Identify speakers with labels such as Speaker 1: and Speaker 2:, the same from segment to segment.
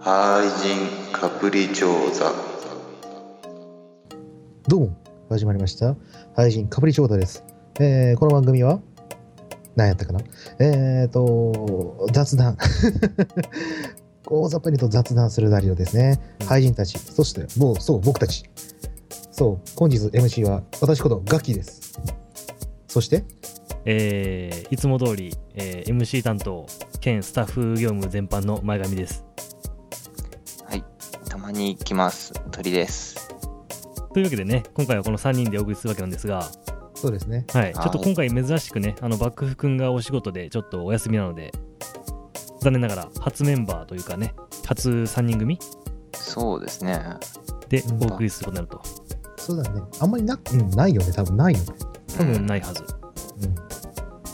Speaker 1: 愛人カプリ調査
Speaker 2: どうも、始まりました。配信かぶり翔太です。えー、この番組は、何やったかなえーと、雑談。 大雑把に言うと雑談する内容ですね。配信たち、そして、もう、そう、僕たち。そう、本日 MC は、私ことガキです。そして、
Speaker 3: えーいつも通り、えー MC 担当兼スタッフ業務全般の前髪です。
Speaker 1: たまに行きます鳥です
Speaker 3: というわけでね今回はこの3人でお送りするわけなんですが、
Speaker 2: そうですね。
Speaker 3: はい、ちょっと今回珍しくねあのバックフ君がお仕事でちょっとお休みなので残念ながら初メンバーというかね初3人組
Speaker 1: そうですね
Speaker 3: でお送りすることになると
Speaker 2: そうだね。あんまりな、うん、ないよね。多分ないよね。
Speaker 3: 多分ないはず。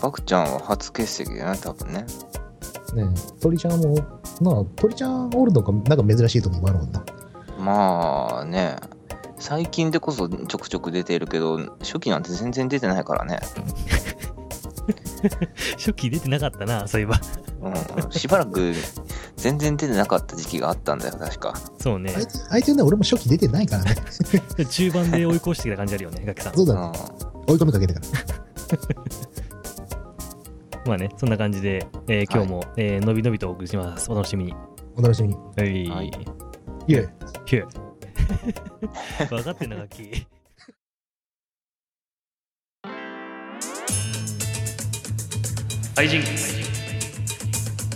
Speaker 1: バクちゃんは初欠席だよね多分ね
Speaker 2: うん。ねえ鳥ちゃんも、なあ、鳥ちゃんおるのか、なんか珍しい時もあるもんな。
Speaker 1: まあね最近でこそちょくちょく出てるけど初期なんて全然出てないからね、
Speaker 3: 初期出てなかったなそういえば
Speaker 1: うん、しばらく全然出てなかった時期があったんだよ確 か
Speaker 3: そうね
Speaker 2: あいつ、あいつね、俺も初期出てないからね。
Speaker 3: 中盤で追い越してきた感じあるよ ねガキさん
Speaker 2: そう
Speaker 1: う
Speaker 2: だ
Speaker 1: ん
Speaker 2: ね。追い込みかけてから。
Speaker 3: まあねそんな感じで、えー今日も、えーのびのびとお送りしますお楽しみに
Speaker 2: お楽しみに。
Speaker 3: はい、
Speaker 1: はい
Speaker 2: いえ。
Speaker 3: ヒ ュー分かってんなガキ愛人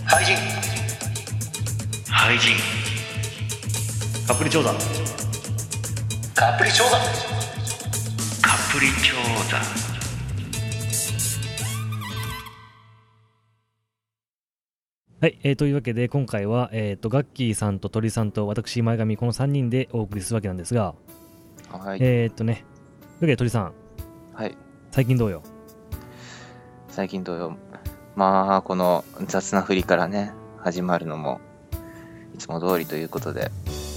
Speaker 4: 廃人廃人
Speaker 3: アプリ調査
Speaker 4: カプリ調査カプリ調査
Speaker 3: はい、えーというわけで今回は、えー、とガッキーさんと鳥さんと私前髪この3人でお送りするわけなんですが、
Speaker 1: はい、
Speaker 3: えーっとねというわけで鳥さん
Speaker 1: はい、
Speaker 3: 最近どうよ
Speaker 1: 最近同様まあこの雑な振りからね始まるのもいつも通りということで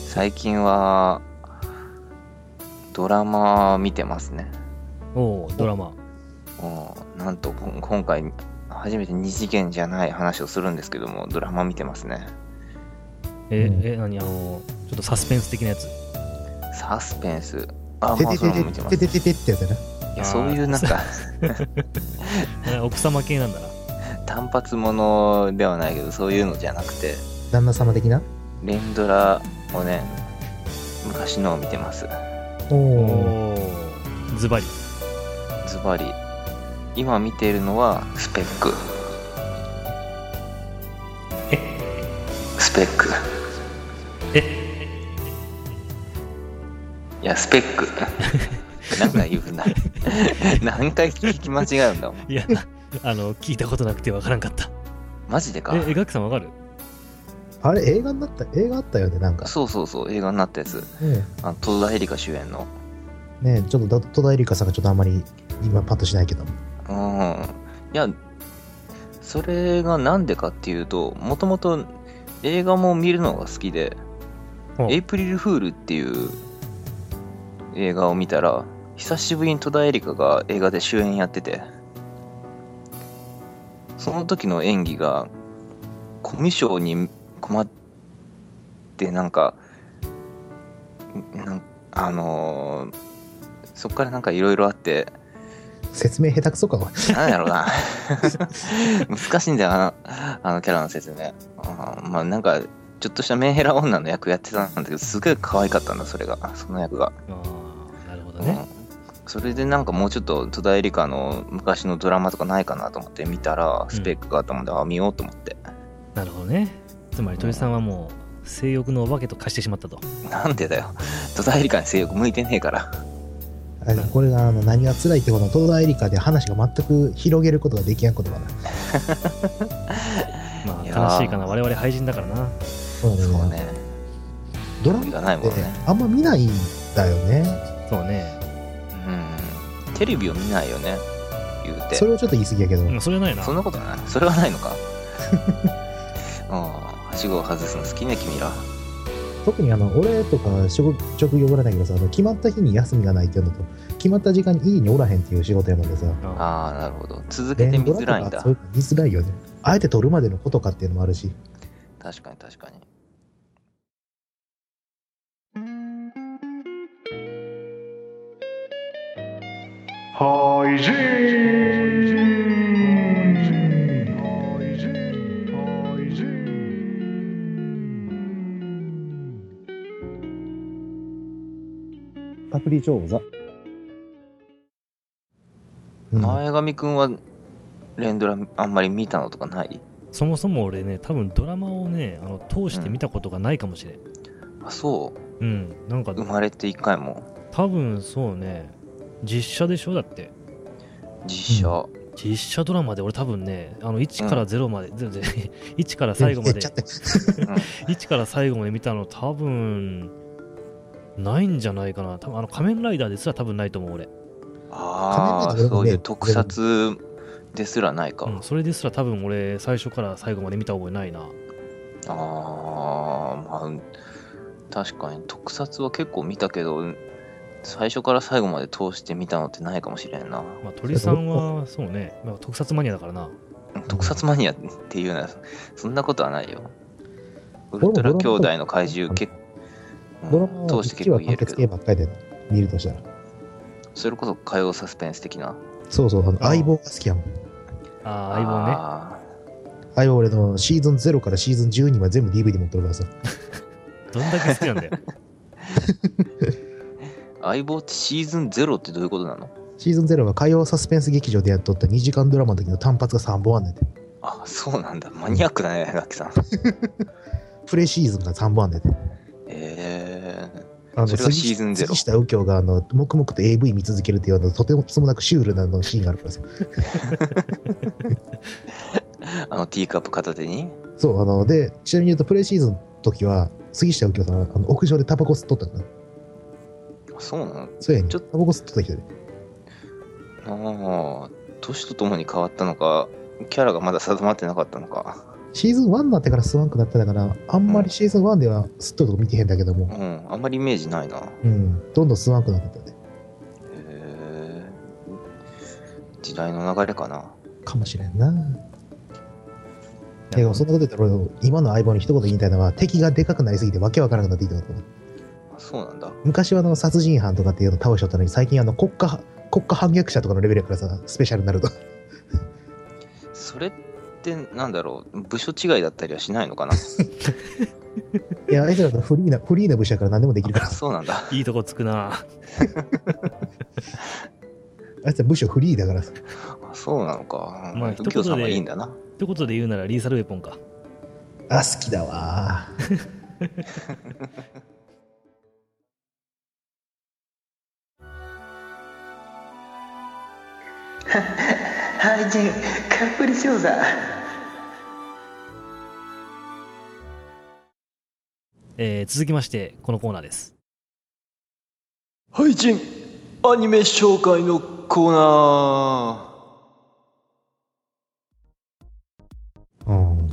Speaker 1: 最近はドラマ見てますね
Speaker 3: おおドラマ
Speaker 1: うんなんとこん今回初めて二次元じゃない話をするんですけどもドラマ見てますね
Speaker 3: え
Speaker 2: うん
Speaker 3: え何あのちょっとサスペンス的なやつ
Speaker 1: サスペンスあ
Speaker 2: て
Speaker 1: まあ
Speaker 2: て
Speaker 1: それも見てま
Speaker 2: てて
Speaker 1: すい
Speaker 2: てててってやつやな。
Speaker 1: やそういうなんか
Speaker 3: え奥様系なんだな
Speaker 1: 単発ものではないけどそういうのじゃなくて
Speaker 2: 旦那様的な。
Speaker 1: 連ドラをね昔のを見てます
Speaker 2: お
Speaker 3: お
Speaker 2: お。
Speaker 3: おズバリ
Speaker 1: ズバリ今見ているのはスペックスペック
Speaker 3: え
Speaker 1: いやスペ ックなんか言うな 何回聞き間違うんだお前
Speaker 3: いや あの聞いたことなくてわからんかった
Speaker 1: マジでか
Speaker 3: ええガッキーさんわかる
Speaker 2: あれ、映画になった、映画あったよね、なんか。
Speaker 1: そうそうそう映画になったやつ
Speaker 2: ね
Speaker 1: あの戸田恵梨香主演の
Speaker 2: えねえちょっとだ、戸田恵梨香さんがちょっとあんまり、今パッとしないけど。
Speaker 1: うんいやそれがなんでかっていうともともと映画も見るのが好きで
Speaker 3: お
Speaker 1: 「エイプリルフール」っていう映画を見たら久しぶりに戸田恵梨香が映画で主演やっててその時の演技がコミュ障に困ってなんかなんあのーそっからなんかいろいろあって
Speaker 2: 説明下手くそか、おい
Speaker 1: なんやろうな。難しいんだよ、あの、あのキャラの説明。あーまあなんか、ちょっとしたメンヘラ女の役やってたんだけど、すげえ可愛かったんだ、それが。その役が。
Speaker 3: ああなるほど
Speaker 1: うん
Speaker 3: ね、
Speaker 1: それでなんかもうちょっと戸田恵梨香の昔のドラマとかないかなと思って見たら、スペックがあったもんで、あ、見ようと思って。
Speaker 3: なるほどねつまり鳥さんはもう性欲のお化けと化してしまったと
Speaker 1: なんでだよ。戸田恵梨香に性欲向いてねえから。
Speaker 2: あれこれが、あの、何が辛いってことの、戸田恵梨香で話が全く広げることができやんことはな。
Speaker 3: まあ
Speaker 1: いやー
Speaker 3: 悲しいかな我々廃人だからな
Speaker 2: そうだ
Speaker 1: そう。ね。
Speaker 2: ドラ
Speaker 1: 意味
Speaker 2: マ
Speaker 1: がない
Speaker 2: って
Speaker 1: もんね。
Speaker 2: あんま見ないんだよね。
Speaker 3: そうね
Speaker 1: うん。テレビを見ないよね、言うて。
Speaker 2: それはちょっと言い過ぎやけど。
Speaker 3: うんそれはないな
Speaker 1: そんなことない。それはないのか。 うん。はしごを外すの好きね、君ら。
Speaker 2: 特にあの俺とか職職業ぶらないけどさあの決まった日に休みがないっていうのと決まった時間に家におらへんっていう仕事やもんでさ
Speaker 3: あ
Speaker 1: ああ、なるほど。続けて
Speaker 2: 連
Speaker 1: み
Speaker 2: ド
Speaker 1: づら
Speaker 2: ラと
Speaker 1: いん
Speaker 2: か
Speaker 1: だ
Speaker 2: そう。いうの見づらいよねあえて撮るまでのことかっていうのもあるし
Speaker 1: 確かに確かに。
Speaker 5: ハイジン
Speaker 2: パプリチョーザ。うん
Speaker 1: 前髪くんは連ドラあんまり見たのとかない
Speaker 3: そもそも俺ね、多分ドラマをね、あの通して見たことがないかもしれん。
Speaker 1: あそう
Speaker 3: うん、なんか
Speaker 1: 生まれて一回も
Speaker 3: 多分そうね、実写でしょだって。
Speaker 1: 実写、
Speaker 3: 実写ドラマで俺多分ね、あの1から0まで、全然1から最後ま
Speaker 2: え
Speaker 3: で
Speaker 2: ちゃ、って。
Speaker 3: 1から最後まで見たの多分、ないんじゃないかな。多分あの仮面ライダーですら多分ないと思う俺。
Speaker 1: ああ
Speaker 2: 仮面ライダーでもね
Speaker 1: そういう特撮ですらないか、
Speaker 3: うん、それですら多分俺最初から最後まで見た覚えないな。
Speaker 1: ああまあうん確かに特撮は結構見たけどうん最初から最後まで通して見たのってないかもしれんな
Speaker 3: まあ、鳥さんはそうね、まあ、特撮マニアだからな。
Speaker 1: 特撮マニアっていうのはそんなことはないよウ
Speaker 2: 俺
Speaker 1: ル
Speaker 2: も
Speaker 1: ト
Speaker 2: ドラ
Speaker 1: ラ
Speaker 2: マ
Speaker 1: 兄弟の怪獣結
Speaker 2: ド
Speaker 1: 構、
Speaker 2: ラ
Speaker 1: う
Speaker 2: マ
Speaker 1: ん、
Speaker 2: は
Speaker 1: 通して結
Speaker 2: 1
Speaker 1: 構
Speaker 2: は
Speaker 1: 言
Speaker 2: 完
Speaker 1: える
Speaker 2: 結
Speaker 1: け
Speaker 2: 系
Speaker 1: ど
Speaker 2: ばっかりで見るとしたら。
Speaker 1: それこそ火曜サスペンス的な
Speaker 2: そうそう、あの
Speaker 3: ああ
Speaker 2: 相棒が好きやもん。
Speaker 3: ああ、相棒ね。
Speaker 1: あ
Speaker 2: 相棒俺のシーズン0からシーズン12まで全部 DVD 持ってるからさ。
Speaker 3: どんだけ好きなんだよ。
Speaker 1: ー相棒ってシーズン0ってどういうことなの
Speaker 2: シーズン0は海洋サスペンス劇場でやっとった2時間ドラマの時の単発が3本あんねんて。
Speaker 1: あそうなんだマニアックだねガキさん
Speaker 2: プレシーズンが3本あんねんて。
Speaker 1: ええ
Speaker 2: あの
Speaker 1: それがシーズンゼロ
Speaker 2: 杉下右京があの黙々と AV 見続けるっていうあのとてもつもなくシュールなあのシーンがあるからさ。
Speaker 1: あのティーカップ片手に
Speaker 2: そう、あの、で、ちなみに言うとプレシーズンの時は、杉下右京さんはあの屋上でタバコ吸っとったから。
Speaker 1: あそうな
Speaker 2: そうやねん。
Speaker 1: ち
Speaker 2: タ
Speaker 1: ょ
Speaker 2: バコ吸っとった人で。
Speaker 1: のああ年とともに変わったのかキャラがまだ定まってなかったのか
Speaker 2: シーズン1になってから吸わんくなったんだから、あんまりシーズン1では吸っとるとこ見てへんだけど
Speaker 1: う
Speaker 2: も、
Speaker 1: んあんまりイメージないなへ
Speaker 2: うん、どんどん吸わんくなってったね。
Speaker 1: え時代の流れかな
Speaker 2: かもしれんな。でもそんなこと言ったら俺、今の相棒に一言言いたいのは、敵がでかくなりすぎてわけわからなくなっていたこと。
Speaker 1: あそうなんだ
Speaker 2: 昔はあの殺人犯とかっていうの倒しちゃったのに、最近あの国家、国家反逆者とかのレベルやからさ、スペシャルに なると。
Speaker 1: それってなんだろう部署違いだったりはしないの かな
Speaker 2: いや、あいつらのフリーな、フリーな武士やから何でもできる からさ、
Speaker 1: そうなんだ
Speaker 3: いいとこつくな。
Speaker 2: あいつら武士フリーだからさ。
Speaker 1: あそうなのか、
Speaker 3: まあ
Speaker 1: 右京さんはいいんだな
Speaker 3: ってことで言うならリーサルウェポンか。
Speaker 2: あ、好きだわー。
Speaker 6: 俳人カプリショーザ
Speaker 3: えー続きまして、このコーナーです。
Speaker 1: 配信アニメ紹介のコーナ
Speaker 2: うん。
Speaker 1: ー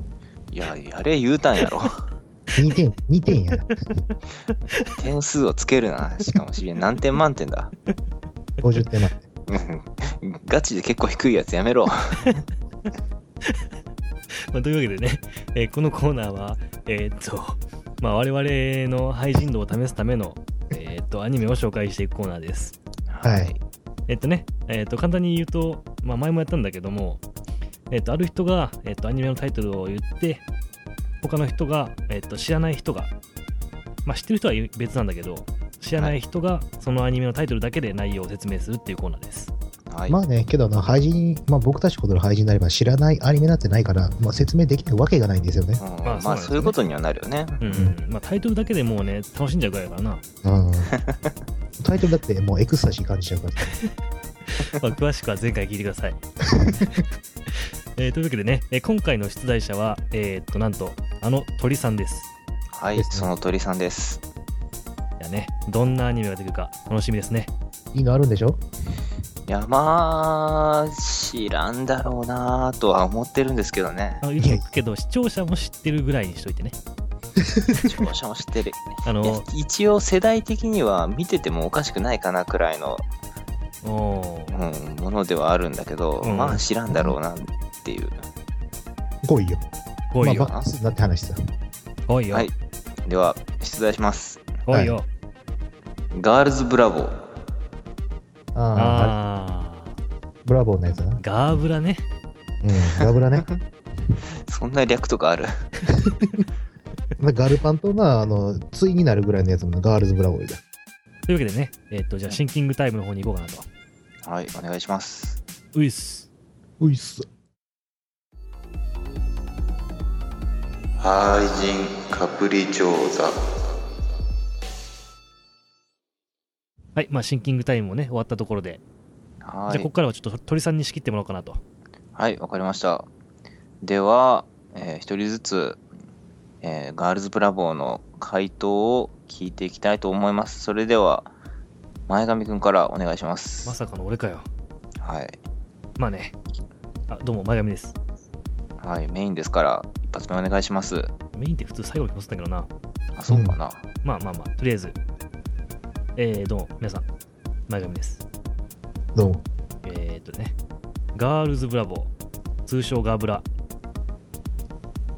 Speaker 1: いややれ言うたん やろ
Speaker 2: 2点、2点やな。
Speaker 1: 点数をつけるなしかもしれん何点満点だ
Speaker 2: 50点満点。
Speaker 1: うんガチで結構低いやつやめろ
Speaker 3: まあ、というわけでね、えーこのコーナーは、えーっと、まあ、我々の配信度を試すための、えーっと、アニメを紹介していくコーナーです。
Speaker 2: はい。
Speaker 3: えっとね、えっと、簡単に言うと、まあ、前もやったんだけども、えっと、ある人が、えっと、アニメのタイトルを言って、他の人が、えっと、知らない人が、まあ、知ってる人は別なんだけど、知らない人が、そのアニメのタイトルだけで内容を説明するっていうコーナーです。
Speaker 1: はい、
Speaker 2: まあね、けどあの、廃人、まあ僕たちことの廃人になれば知らないアニメなんてないから、まあ説明できないわけがないんですよね
Speaker 1: う。んま
Speaker 3: まあ
Speaker 1: あ
Speaker 3: そうなんですよね
Speaker 1: そういうことにはなるよね
Speaker 3: うん、うん。まあ、タイトルだけでもうね、楽しんじゃうぐらいだからな。ま
Speaker 2: うん。タイトルだってもうエクスタシー感じちゃうから。
Speaker 3: あ、詳しくは前回聞いてください。 えーというわけでね、えー今回の出題者は、えーっと、なんと、あの鳥さんです。
Speaker 1: はい、
Speaker 2: ですね
Speaker 1: その鳥さんです
Speaker 3: いやね、どんなアニメが出てくるか楽しみですね。
Speaker 2: いいのあるんでしょ
Speaker 1: いやまあ知らんだろうなとは思ってるんですけどね
Speaker 3: あの言っとくけど、視聴者も知ってるぐらいにしといてね。
Speaker 1: 視聴者も知 ってる
Speaker 3: あ
Speaker 1: いや
Speaker 3: の、
Speaker 1: 一応世代的には見ててもおかしくないかなくらいの、
Speaker 3: おー
Speaker 1: うん、ものではあるんだけど、
Speaker 3: うん
Speaker 1: まあ知らんだろうなっていう
Speaker 2: 来いよ。
Speaker 3: 来い
Speaker 2: まあ
Speaker 3: よ、
Speaker 2: バックスなって話さ。
Speaker 3: 来いよ、
Speaker 1: はいでは出題します
Speaker 3: 来いよ。
Speaker 1: ガールズブラボー
Speaker 2: ああ
Speaker 3: あ
Speaker 2: ブラボーなやつだな。
Speaker 3: ガーブラね。
Speaker 2: うん、ガブラ ね。
Speaker 1: そんな略とかある
Speaker 2: ガルパンとな、あの、対になるぐらいのやつもなガールズブラボーじゃん。
Speaker 3: というわけでね、えっ、と、じゃあシンキングタイムの方に行こうかなと。
Speaker 1: はい、お願いします。
Speaker 3: ういっす。
Speaker 2: ういっす。
Speaker 1: ハイジンカプリチョーザ。
Speaker 3: はい、まあシンキングタイムもね、終わったところで、
Speaker 1: は
Speaker 3: じゃあここ
Speaker 1: い。
Speaker 3: からはちょっと鳥さんに仕切ってもらおうかなと。
Speaker 1: はい、わかりました。では、えー一人ずつ、えーガールズブラボーの回答を聞いていきたいと思います。それでは、前髪くんからお願いします。
Speaker 3: まさかの俺かよ。
Speaker 1: はい。
Speaker 3: まあね。あ、どうも、前髪です。
Speaker 1: はい、メインですから、一発目お願いします。
Speaker 3: メインって普通最後に載せたけどな。
Speaker 1: あ、そうかな。
Speaker 3: まあまあまあ、とりあえず。えー、どうも、皆さん。前髪です。
Speaker 2: どうも。
Speaker 3: えー、っとね、ガールズブラボー、通称ガーブラ。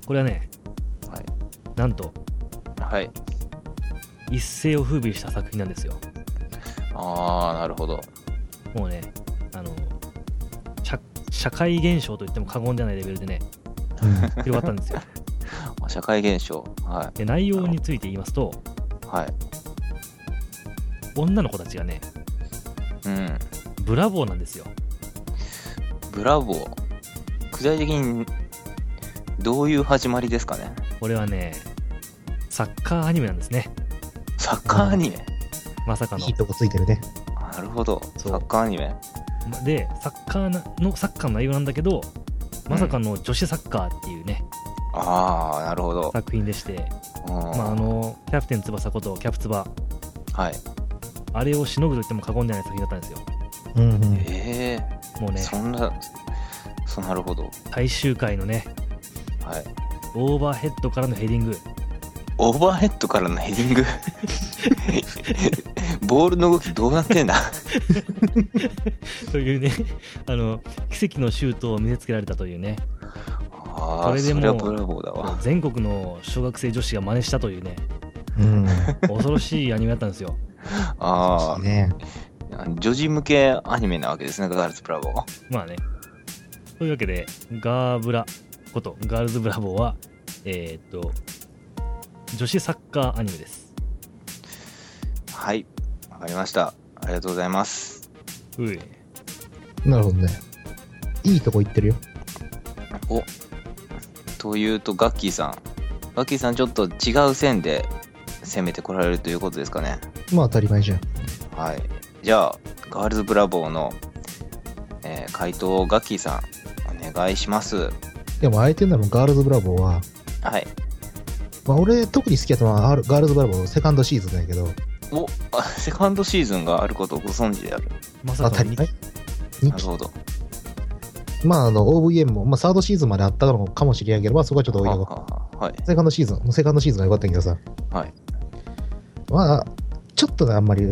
Speaker 3: これはね、
Speaker 1: はい。
Speaker 3: なんと
Speaker 1: はい。
Speaker 3: 一世を風靡した作品なんですよ。
Speaker 1: あー、なるほど。
Speaker 3: もうね、あの、社社会現象と言っても過言ではないレベルでね、
Speaker 2: うん
Speaker 3: 広がった んですよ。
Speaker 1: あ社会現象。は
Speaker 3: で、内容について言いますと、
Speaker 1: い。はい。
Speaker 3: 女の子たちがね、
Speaker 1: うん。
Speaker 3: ブラボーなんですよ。
Speaker 1: ブラボー。具体的に、どういう始まりですかね
Speaker 3: これはね、サッカーアニメなんですね。
Speaker 1: サッカーアニメ。
Speaker 3: まさかの
Speaker 2: いい。とこついてるね。
Speaker 1: なるほど。
Speaker 3: そう
Speaker 1: サッカーアニメ。
Speaker 3: まで、サッカーなの、サッカーの内容なんだけど、まさかの女子サッカーっていうね、
Speaker 1: ああ、なるほど。
Speaker 3: 作品でして、
Speaker 1: うん
Speaker 3: まあ、あの、キャプテン翼ことキャプツバ、
Speaker 1: はい。
Speaker 3: あれをしのぐと言っても過言ではない作品だったんですよ。
Speaker 2: うんうん。
Speaker 1: ええ
Speaker 3: もうね、
Speaker 1: そんな、そうなるほど。
Speaker 3: 最終回のね、
Speaker 1: はい。
Speaker 3: オーバーヘッドからのヘディング、
Speaker 1: オーバーヘッドからのヘディング。 ボールの動きどうなってん だ
Speaker 3: というね、あの、奇跡のシュートを見せつけられたというね、
Speaker 1: あ
Speaker 3: そ
Speaker 1: あ、
Speaker 3: れで
Speaker 1: そ
Speaker 3: もう
Speaker 1: れはブラボーだわ。
Speaker 3: 全国の小学生女子が真似したというね、
Speaker 2: うん。
Speaker 3: 恐ろしいアニメだったんですよ。
Speaker 1: あ
Speaker 2: いいね。
Speaker 1: あ、女児向けアニメなわけですね、ガールズブラボー。
Speaker 3: まあね。というわけで、ガーブラこと、ガールズブラボーは、えーっと、女子サッカーアニメです。
Speaker 1: はい。わかりました。ありがとうございます。
Speaker 3: うい。
Speaker 2: なるほどね。いいとこ行ってるよ。
Speaker 1: おというと、ガッキーさん。ガッキーさん、ちょっと違う線で攻めてこられるということですかね。
Speaker 2: まあ当たり前じゃん。
Speaker 1: はい。じゃあ、ガールズブラボーの、えー回答をガッキーさん、お願いします。
Speaker 2: でも相手なのガールズブラボーは、
Speaker 1: はい。
Speaker 2: まあ俺特に好きやったのはあるガールズブラボーのセカンドシーズンだけど、
Speaker 1: お あセカンドシーズンがあることをご存知である。
Speaker 3: まさ
Speaker 2: 当
Speaker 3: か
Speaker 2: たり
Speaker 3: に、
Speaker 2: 前。二
Speaker 1: なる
Speaker 2: 期
Speaker 1: ほど。
Speaker 2: まああの OVM も、まあサードシーズンまであったのかもしれんけど、まあそこはちょっと置い
Speaker 1: は
Speaker 2: と
Speaker 1: は
Speaker 2: こ。
Speaker 1: ははいう
Speaker 2: セカンドシーズン、もうセカンドシーズンが良かったんやけどさ。
Speaker 1: はい。
Speaker 2: まあ、ちょっとねあんまり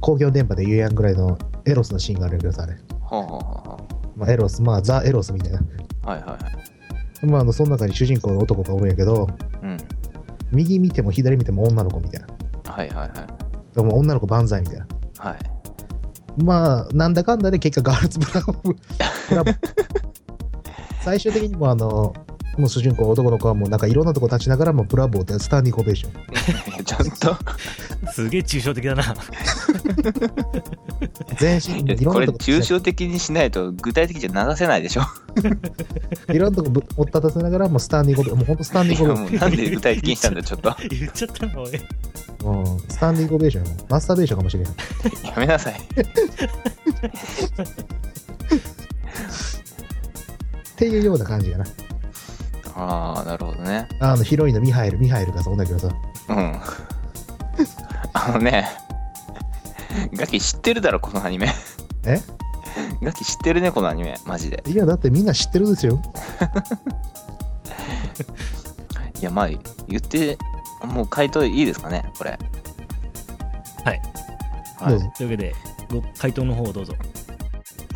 Speaker 2: 公共電波で言えやんぐらいのエロスのシーンがあるんやけどさ、あれ。
Speaker 1: はあは
Speaker 2: まあエロス、まあザ・エロスみたいな。
Speaker 1: あはあはいはいはい。
Speaker 2: まああの、その中に主人公の男がおるんやけど、
Speaker 1: うん。
Speaker 2: 右見ても左見ても女の子みたいな。
Speaker 1: はいはいはい。
Speaker 2: でも女の子万歳みたいな。
Speaker 1: はい。
Speaker 2: まあ、なんだかんだで結果ガールズブラ ボー。ブラボー最終的にもあの、もう主人公男の子はもうなんかいろんなとこ立ちながらもブラボーってスタンディングオベーション。
Speaker 1: ちゃんと、
Speaker 3: すげえ抽象的だな。
Speaker 2: 全身いろ
Speaker 1: こ
Speaker 2: んな
Speaker 1: れ、
Speaker 2: とこ立
Speaker 1: 抽
Speaker 2: ちな
Speaker 1: 象的にしないと具体的じゃ流せないでしょ。
Speaker 2: いろんなとこぶ持った立せながらもうスタンディングオベーション。もうほんとスタンディ
Speaker 1: い
Speaker 2: ング
Speaker 1: や
Speaker 2: オベ
Speaker 1: も
Speaker 2: ー
Speaker 1: うなんで具体的にしたん だ、ちょっと。
Speaker 3: 言っちゃったな、おい。
Speaker 2: ション。うん、スタンディングオベーションよ。マスターベーションかもしれない。
Speaker 1: やめなさい。
Speaker 2: っていうような感じやな。
Speaker 1: ああ、なるほどね。
Speaker 2: あの、ヒロインのミハエル、ミハエルがそうだけどさ。
Speaker 1: うん。あのね、ガキ知ってるだろ、このアニメ。
Speaker 2: え
Speaker 1: ガキ知ってるね、このアニメ。マジで。
Speaker 2: いや、だってみんな知ってるですよ。
Speaker 1: いや、まあ、言って、もう回答いいですかね、これ。
Speaker 3: はい。
Speaker 1: はい
Speaker 2: どうぞ。
Speaker 3: というわけで、ご回答の方をどうぞ。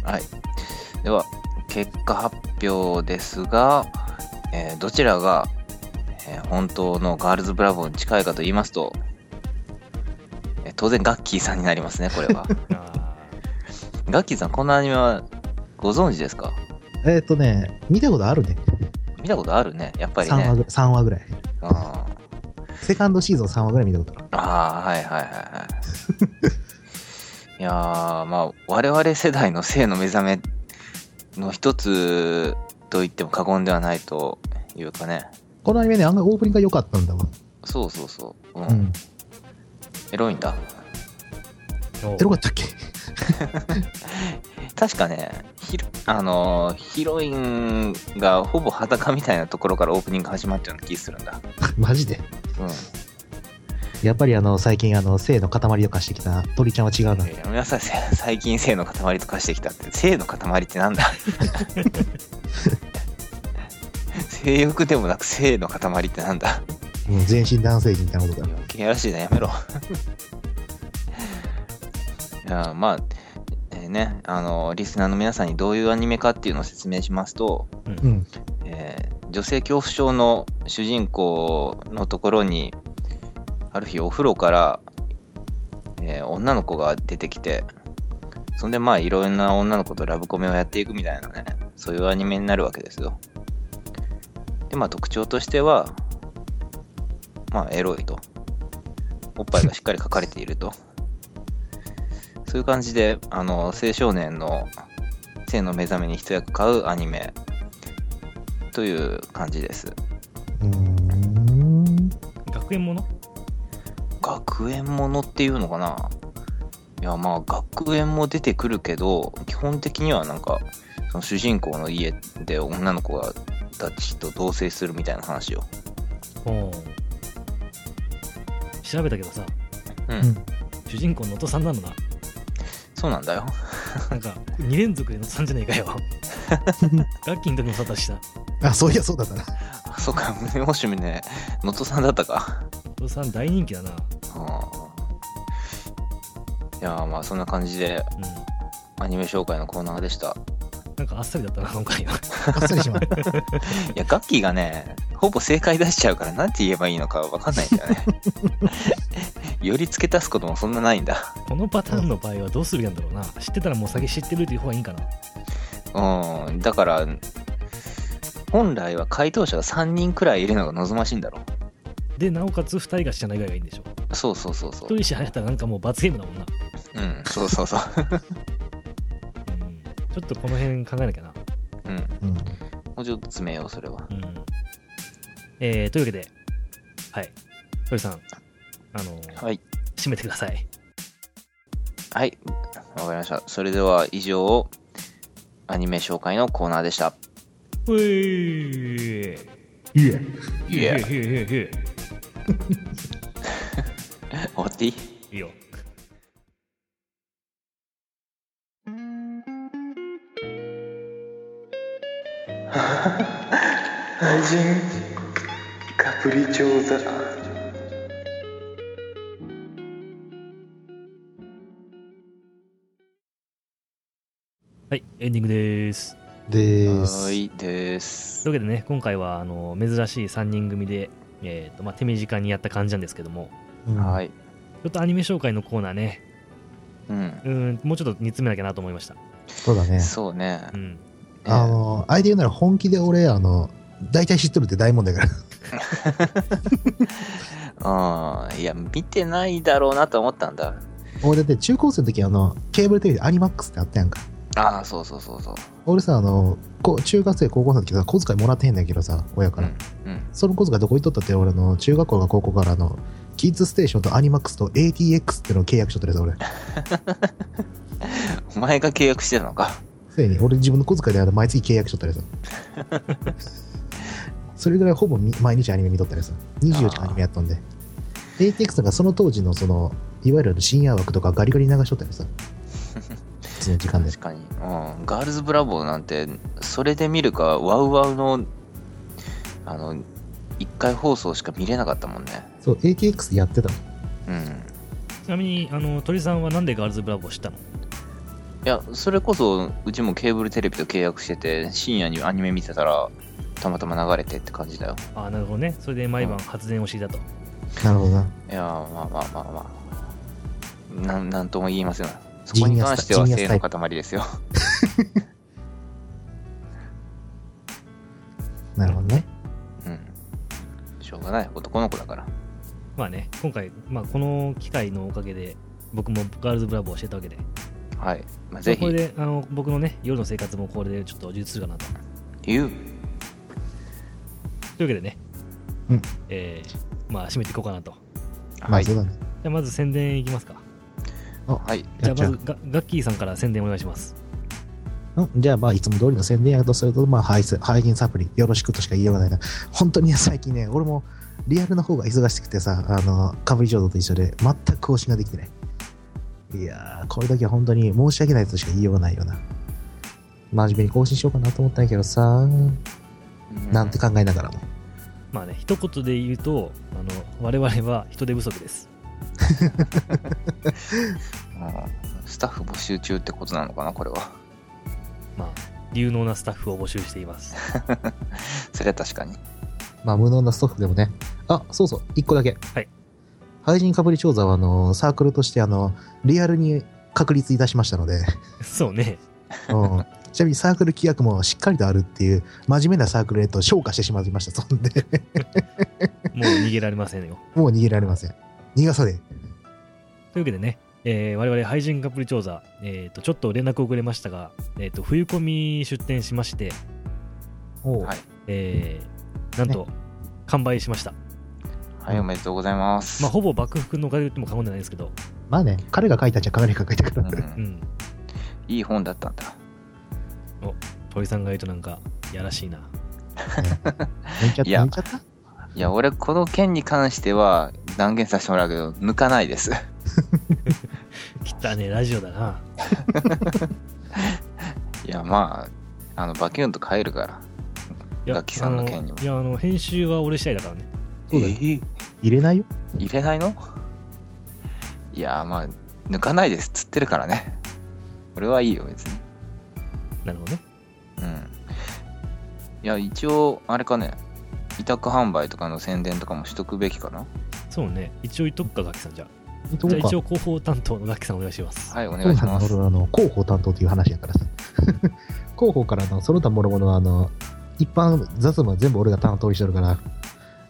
Speaker 1: はい、では結果発表ですが、えーどちらが、えー本当のガールズブラボーに近いかと言いますと、 えー当然ガッキーさんになりますねこれは
Speaker 3: あ
Speaker 1: ガッキーさんこのアニメはご存知ですか
Speaker 2: えーっとね、見たことあるね。
Speaker 1: 見たことあるね、やっぱり
Speaker 2: 3
Speaker 1: ね
Speaker 2: 話。ぐ3話ぐらい。
Speaker 1: うん、あ
Speaker 2: セカンドシーズン3話ぐらい見たことある。
Speaker 1: あー、はいはいはい はい。いやー、まあ、我々世代の性の目覚めの一つと言っても過言ではないというかね。
Speaker 2: このアニメね、案外オープニングが良かったんだわ。
Speaker 1: そうそうそう。うん。
Speaker 2: うん。
Speaker 1: エロいんだ。
Speaker 2: エロかったっけ
Speaker 1: 確かね、ひろあのーヒロインがほぼ裸みたいなところからオープニング始まっちゃうような気するんだ。
Speaker 2: マジで。
Speaker 1: うん。
Speaker 2: やっぱりあの、最近あの、性の塊を貸してきた鳥ちゃんは違うな。
Speaker 1: やめなさい、せ 最近性の塊と化してきたって。性の塊ってなんだ 性欲でもなく性の塊ってなんだ
Speaker 2: もう全身男性人みたいなことだ。
Speaker 1: 余計らしいな、やめろ。 いやまあ、えーね、あの、リスナーの皆さんにどういうアニメかっていうのを説明しますと、
Speaker 2: うん。
Speaker 1: えー女性恐怖症の主人公のところにある日お風呂から、えー女の子が出てきてそんでまあいろんな女の子とラブコメをやっていくみたいなねそういうアニメになるわけですよでまあ特徴としてはまあエロいとおっぱいがしっかり描かれているとそういう感じであの青少年の性の目覚めに一役買うアニメという感じです
Speaker 2: うーん。
Speaker 3: 学園もの
Speaker 1: 学園ものっていうのかないやまあ学園も出てくるけど基本的にはなんかその主人公の家で女の子がたちと同棲するみたいな話を
Speaker 3: 調べたけどさ、
Speaker 1: うん、
Speaker 2: うん
Speaker 3: 主人公のお父さんなのな。
Speaker 1: そうなんだよ
Speaker 3: なんか、2連続でのさんじゃねえかよ。ガッキーの時もさ、私だ。
Speaker 2: あ、そういや、そうだったな。
Speaker 1: あそうか胸もしみね能登さんだったか
Speaker 3: お父さん大人気だな。う
Speaker 1: うんいやまあそんな感じで
Speaker 3: ん。
Speaker 1: アニメ紹介のコーナーでした
Speaker 3: なんかあっさりだったな、今回は。
Speaker 2: あっさりしまう。
Speaker 1: いやガッキーがねほぼ正解出しちゃうからなんて言えばいいのかわかんないんだよねより付け足すこともそんなないんだ
Speaker 3: このパターンの場合はどうするんだろうな。知ってたらもう先知ってるという方がいいんかな。
Speaker 1: うん、だから、本来は回答者が3人くらいいるのが望ましいんだろ
Speaker 3: で、なおかつ2人が知らないぐらいがいいんでしょ。
Speaker 1: う。そうそうそうそ
Speaker 3: 1
Speaker 1: う。
Speaker 3: 人知らなかったらなんかもう罰ゲームだもんな。
Speaker 1: うん、そうそうそう。
Speaker 3: うん。ちょっとこの辺考えなきゃな。
Speaker 1: うん、も
Speaker 2: うん。
Speaker 1: うちょっと詰めよう、それは。
Speaker 3: うん。えー、というわけで、はい。鳥さん、あのー
Speaker 1: はい。
Speaker 3: 締めてください。
Speaker 1: はい。わかりました。それでは以上、アニメ紹介のコーナーでした。
Speaker 3: うえ
Speaker 2: いえ。
Speaker 3: いやいやいやいやい
Speaker 1: 終わっていい
Speaker 3: いよ。
Speaker 6: 愛人カプリチョーザ
Speaker 3: はい、エンディングです。
Speaker 2: でー
Speaker 1: は
Speaker 2: す。
Speaker 1: ーい、です
Speaker 3: と。いうわけでね、今回はあの珍しい3人組で、えーとまあ、手短にやった感じなんですけども、
Speaker 2: うん。
Speaker 1: はいい。
Speaker 3: ちょっとアニメ紹介のコーナーね、
Speaker 1: うん。
Speaker 3: うーん、もうちょっと煮詰めなきゃなと思いました。
Speaker 2: そうだね。
Speaker 1: そうね
Speaker 3: う。ん、
Speaker 2: あの、相手言うなら本気で俺、あの、大体知っとるって大問 題だから。
Speaker 1: うん。いや、見てないだろうなと思ったんだ。
Speaker 2: 俺だって中高生の時、あの、ケーブルテレビでアニマックスってあったやんか。
Speaker 1: ああ、そうそうそうそう。
Speaker 2: 俺さ、あの、こ中学生、高校生の時さ、小遣いもらってへんねんけどさ、親から。
Speaker 1: うん。
Speaker 2: その小遣いどこ行っとったって、俺あの、中学校が高校からあの、キッズステーションとアニマックスと ATX ってのを契約しとったやつ、俺。
Speaker 1: お前が契約してたのか。
Speaker 2: ついに、俺自分の小遣いであの毎月契約しと ったやつ。それぐらいほぼみ毎日アニメ見とったやつ。24時間アニメやったんで。ATX なんかその当時のその、いわゆる深夜枠とかガリガリ流しとったや つ。その時間で
Speaker 1: 確。かに、うん、ガールズブラボーなんてそれで見るかワウワウのあの1回放送しか見れなかったもんね
Speaker 2: そう、ATX やってたの。
Speaker 1: うん
Speaker 3: ちなみにあの鳥さんはなんでガールズブラボー知ったの
Speaker 1: いやそれこそうちもケーブルテレビと契約してて深夜にアニメ見てたらたまたま流れてって感じだよ
Speaker 3: ああ、なるほどね。それで毎晩発電をしていたと。
Speaker 2: なるほどな。
Speaker 1: いやーまあまあまあまあなんなんとも言いませんそこに関しては
Speaker 2: ジーニア
Speaker 1: 性
Speaker 2: スタイ
Speaker 1: の塊ですよがない男の子だから
Speaker 3: まあね、今回、まあ、この機会のおかげで、僕もガールズブラボーをしてたわけで、
Speaker 1: はい、まあ、ぜ
Speaker 3: これ
Speaker 1: ひ
Speaker 3: であの僕のね、夜の生活もこれでちょっと充実するかなと。
Speaker 1: 言う
Speaker 3: というわけでね、
Speaker 2: うん
Speaker 3: えーまあ、締めていこうかなと。じ
Speaker 2: ま
Speaker 1: は
Speaker 2: あ
Speaker 1: い
Speaker 2: そうだね。
Speaker 3: ゃあ、まず宣伝いきますか。
Speaker 1: はい
Speaker 3: じゃ
Speaker 2: やっちゃ
Speaker 3: あ、まず
Speaker 2: う
Speaker 3: ガガッキーさんから宣伝お願いします。
Speaker 2: うん、じゃあ、まあ、いつも通りの宣伝やとすると、まあ、配信、配信サプリ、よろしくとしか言いようがないな。本当に最近ね、俺も、リアルの方が忙しくてさ、あの、かぶり浄土と一緒で、全く更新ができてない。いやー、これだけは本当に申し訳ないとしか言いようがないよな。真面目に更新しようかなと思ったんやけどさ、なんて考えながらも。
Speaker 3: まあね、一言で言うと、あの我々は人手不足です。
Speaker 1: うんスタッフ募集中ってことなのかなこれは
Speaker 3: まあ、有能なスタッフを募集しています。
Speaker 1: それは確かに
Speaker 2: まあ、無能なストッフでもね。あ、そうそう、一個だけ。
Speaker 3: はい。
Speaker 2: 配信かぶり調査は、あの、サークルとして、あの、リアルに確立いたしましたので、
Speaker 3: そうね。
Speaker 2: うんちなみにサークル規約もしっかりとあるっていう、真面目なサークルへと昇華してしまいました。そんで、
Speaker 3: もう逃げられませんよ。
Speaker 2: もう逃げられません。逃がさね
Speaker 3: というわけでね、えー我々、廃人カプリ調査、えーと、ちょっと連絡遅れましたが、えーと、冬コミ出店しまして、
Speaker 2: おう
Speaker 1: はい
Speaker 3: えーなんと、完売しました。
Speaker 1: はいおめでとうございます、
Speaker 3: まあ、ほぼ爆服のおかげと言っても過言じゃないですけど、
Speaker 2: え。まあね、彼が書いたっちゃ彼が書いたか
Speaker 1: う、
Speaker 2: ら。
Speaker 3: うんん、
Speaker 1: いい本だったんだ
Speaker 3: 鳥さんが言うとなんか、やらしいな。
Speaker 2: 抜いちゃった
Speaker 1: いや
Speaker 2: 抜いちゃった
Speaker 1: いや俺この件に関しては断言させてもらうけど抜かないです
Speaker 3: 汚ねえラジオだな。
Speaker 1: いやまああのバキュンと帰るから
Speaker 3: いや
Speaker 1: ガッキーさんの件にも
Speaker 3: あいや、あの、編集は俺次第だからね。
Speaker 2: そうだよ入れないよ。
Speaker 1: 入れないのいやまあ抜かないですっつってるからね俺はいいよ別に
Speaker 3: なるほどね。
Speaker 1: うんいや一応あれかね委託販売とかの宣伝とかもしとくべきかな
Speaker 3: そうね。一応言っとくか、ガッキーさんじゃあ。
Speaker 2: どう
Speaker 3: じゃあ
Speaker 2: か。
Speaker 3: 一
Speaker 2: そ
Speaker 3: 応広報担当のガッキーさんお願いします。
Speaker 1: はいお願
Speaker 2: う
Speaker 1: いし
Speaker 2: な
Speaker 1: ま
Speaker 2: の
Speaker 1: す
Speaker 2: 俺はあの広報担当という話やからさ。広報からのその他諸々のあの一般雑務は全部俺が担当してるから。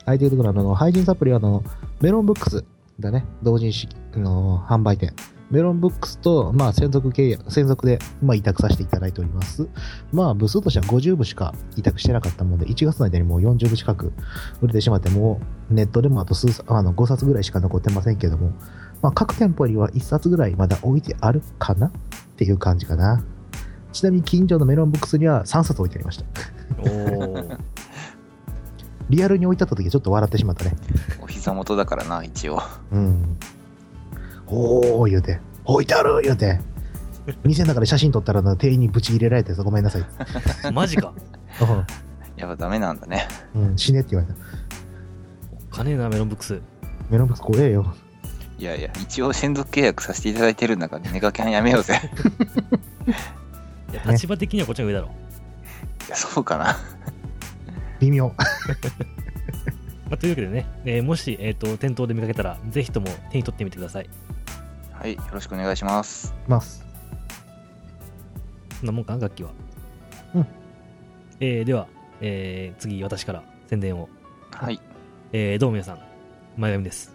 Speaker 2: 相手のところはあの配信サプリはあのメロンブックスだね。同人誌あの販売店。メロンブックスと、まあ、専属契約、専属で、まあ、委託させていただいております。まあ、部数としては50部しか委託してなかったもので、1月の間にもう40部近く売れてしまって、もうネットでもあと数冊、あの、5冊ぐらいしか残ってませんけども、まあ、各店舗には1冊ぐらいまだ置いてあるかなっていう感じかな。ちなみに近所のメロンブックスには3冊置いてありました。
Speaker 3: おー
Speaker 2: リアルに置いてあった時はちょっと笑ってしまったね。
Speaker 1: お膝元だからな一応
Speaker 2: うん。おー言うて、置いてある言うて、店の中で写真撮ったらな店員にブチ入れられてさ、ごめんなさいって。
Speaker 3: マジか。
Speaker 1: やっぱダメなんだね
Speaker 2: うん、死ねって言われた。
Speaker 3: お金な、メロンブックス。
Speaker 2: メロンブックス怖えよ。
Speaker 1: いやいや一応専属契約させていただいてるんだから寝かけはやめようぜ
Speaker 3: いや、
Speaker 2: ね
Speaker 3: 立場的にはこっちの上だろ。
Speaker 1: いやそうかな
Speaker 2: 微妙。
Speaker 3: まあ、というわけでね、えーもし、えっ、と、店頭で見かけたら、ぜひとも手に取ってみてください。
Speaker 1: はいよろしくお願いします
Speaker 2: ます。
Speaker 3: そんなもんかな、楽器は。
Speaker 2: うん。
Speaker 3: えーでは、えー次、私から宣伝を。
Speaker 1: はい
Speaker 3: えーどうも皆さん、前髪です。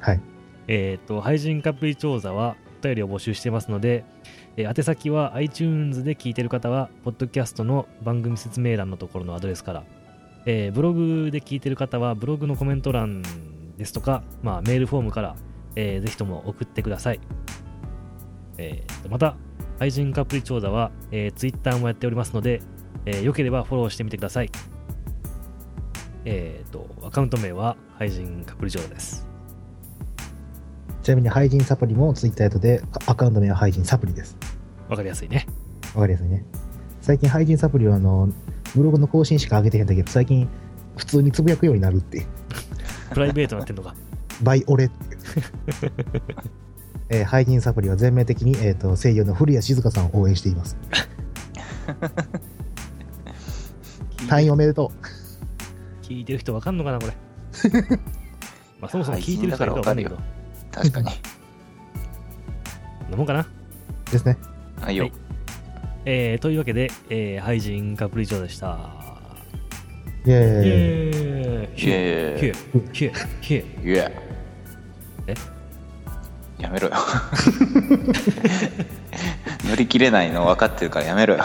Speaker 2: はい。
Speaker 3: えっ、と、配信カプリ調査はお便りを募集してますので、えー宛先は iTunes で聞いてる方は、ポッドキャストの番組説明欄のところのアドレスから、えーブログで聞いてる方は、ブログのコメント欄ですとか、まあ、メールフォームから、えーぜひとも送ってください。えーとまた、配信カプリ調査は、えー Twitter もやっておりますので、えーよければフォローしてみてください。えっ、と、アカウント名は、配信カプリ調査です。
Speaker 2: ちなみに、配信サプリもツイッターとで、アカウント名は配信サプリです。
Speaker 3: わかりやすいね。
Speaker 2: わかりやすいね。最近、配信サプリは、あの、ブログの更新しか上げてへんだけど、最近、普通につぶやくようになるっていう。
Speaker 3: プライベートなってん のか。
Speaker 2: バイオレっていう。えー、配信サプリは全面的に、えー、と声優の古谷静香さんを応援しています。退院おめでと
Speaker 3: 聞いてる人わかんのかな、 これ。まあ、そもそも聞いてる人がいるかわかんないけど。
Speaker 1: 確かに
Speaker 3: そんなもんかな。
Speaker 2: うですね。
Speaker 1: はいよ、
Speaker 3: はいえーというわけで、えー、ハイジンカプリチョでした。
Speaker 2: イェー
Speaker 3: イ
Speaker 2: イ。
Speaker 3: エーイヒューヒューヒューヒュー
Speaker 1: いや
Speaker 3: え
Speaker 1: やめろよ 乗り切れないの分かってるからやめろよ